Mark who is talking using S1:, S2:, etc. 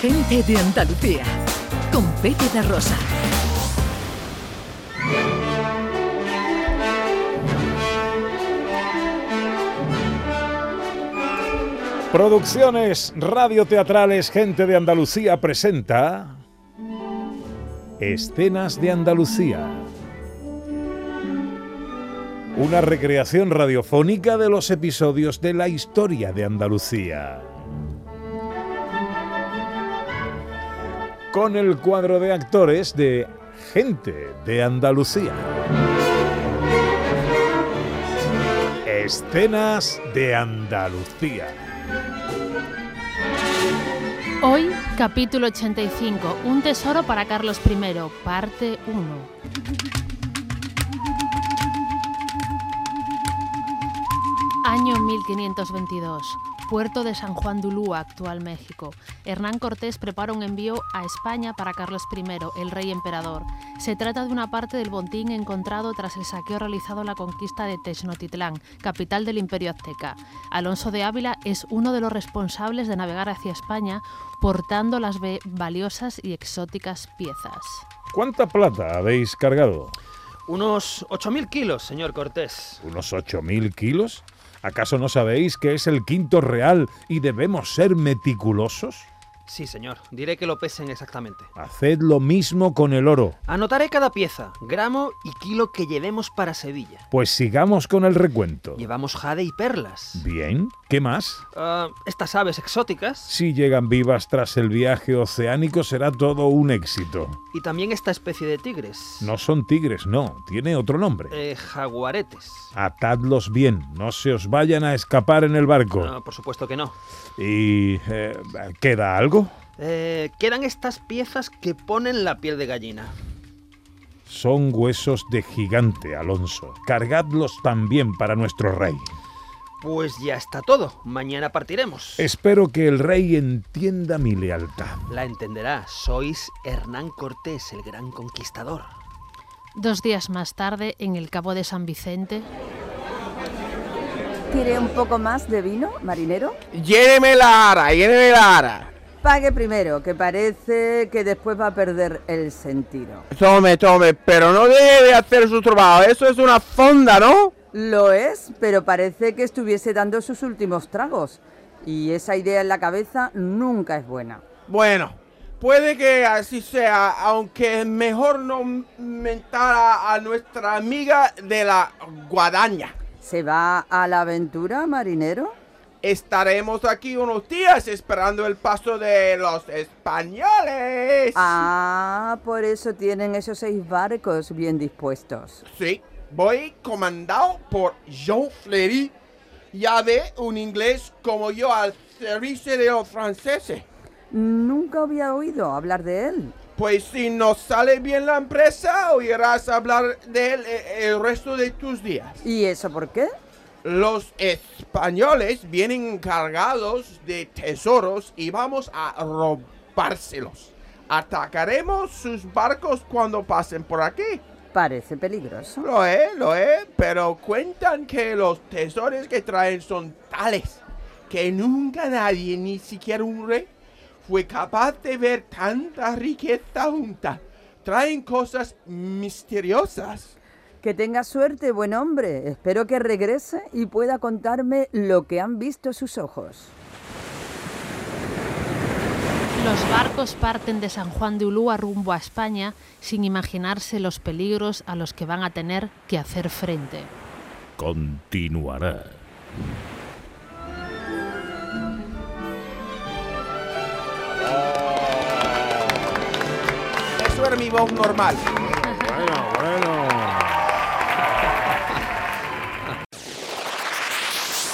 S1: Gente de Andalucía, con Pepe da Rosa.
S2: Producciones radioteatrales Gente de Andalucía presenta Escenas de Andalucía. Una recreación radiofónica de los episodios de la historia de Andalucía. Con el cuadro de actores de Gente de Andalucía. Escenas de Andalucía.
S3: Hoy, capítulo 85, Un tesoro para Carlos I, parte 1. Año 1522, puerto de San Juan de Ulúa, actual México. Hernán Cortés prepara un envío a España para Carlos I, el rey emperador. Se trata de una parte del bontín encontrado tras el saqueo realizado a la conquista de Texnotitlán, capital del imperio azteca. Alonso de Ávila es uno de los responsables de navegar hacia España portando las ve- valiosas y exóticas piezas.
S2: ¿Cuánta plata habéis cargado?
S4: Unos 8.000 kilos, señor Cortés.
S2: ¿Unos 8.000 kilos? ¿Acaso no sabéis que es el quinto real y debemos ser meticulosos?
S4: Sí, señor. Diré que lo pesen exactamente.
S2: Haced lo mismo con el oro.
S4: Anotaré cada pieza, gramo y kilo que llevemos para Sevilla.
S2: Pues sigamos con el recuento.
S4: Llevamos jade y perlas.
S2: Bien, ¿qué más?
S4: Ah, estas aves exóticas.
S2: Si llegan vivas tras el viaje oceánico será todo un éxito.
S4: Y también esta especie de tigres.
S2: No son tigres, no, tiene otro nombre.
S4: Eh, jaguaretes.
S2: Atadlos bien, no se os vayan a escapar en el barco.
S4: No, Ah, por supuesto que no.
S2: ¿Y eh, queda algo?
S4: Eh, quedan estas piezas que ponen la piel de gallina.
S2: Son huesos de gigante, Alonso. Cargadlos también para nuestro rey.
S4: Pues ya está todo. Mañana partiremos.
S2: Espero que el rey entienda mi lealtad.
S4: La entenderá. Sois Hernán Cortés, el gran conquistador.
S3: Dos días más tarde, en el Cabo de San Vicente,
S5: ¿Quiere un poco más de vino, marinero?
S6: Lléneme la ara, lléneme la ara.
S5: Pague primero, que parece que después va a perder el sentido.
S6: Tome, tome, pero no deje de hacer su trabajo. Eso es una fonda, ¿no?
S5: Lo es, pero parece que estuviese dando sus últimos tragos. Y esa idea en la cabeza nunca es buena.
S6: Bueno, puede que así sea, aunque es mejor no mentar a, a nuestra amiga de la guadaña.
S5: ¿Se va a la aventura, marinero?
S6: Estaremos aquí unos días esperando el paso de los españoles.
S5: Ah, por eso tienen esos seis barcos bien dispuestos.
S6: Sí, voy comandado por Jean Fleury. Ya ve un inglés como yo al servicio de los franceses.
S5: Nunca había oído hablar de él.
S6: Pues si no sale bien la empresa, oirás hablar de él e- el resto de tus días.
S5: ¿Y eso por qué?
S6: Los españoles vienen cargados de tesoros y vamos a robárselos. Atacaremos sus barcos cuando pasen por aquí.
S5: Parece peligroso.
S6: Lo es, lo es, pero cuentan que los tesoros que traen son tales que nunca nadie, ni siquiera un rey, fue capaz de ver tanta riqueza junta. Traen cosas misteriosas.
S5: Que tenga suerte, buen hombre. Espero que regrese y pueda contarme lo que han visto sus ojos.
S3: Los barcos parten de San Juan de Ulúa rumbo a España sin imaginarse los peligros a los que van a tener que hacer frente.
S7: continuará.
S6: Eso era mi voz normal.
S2: Bueno, bueno.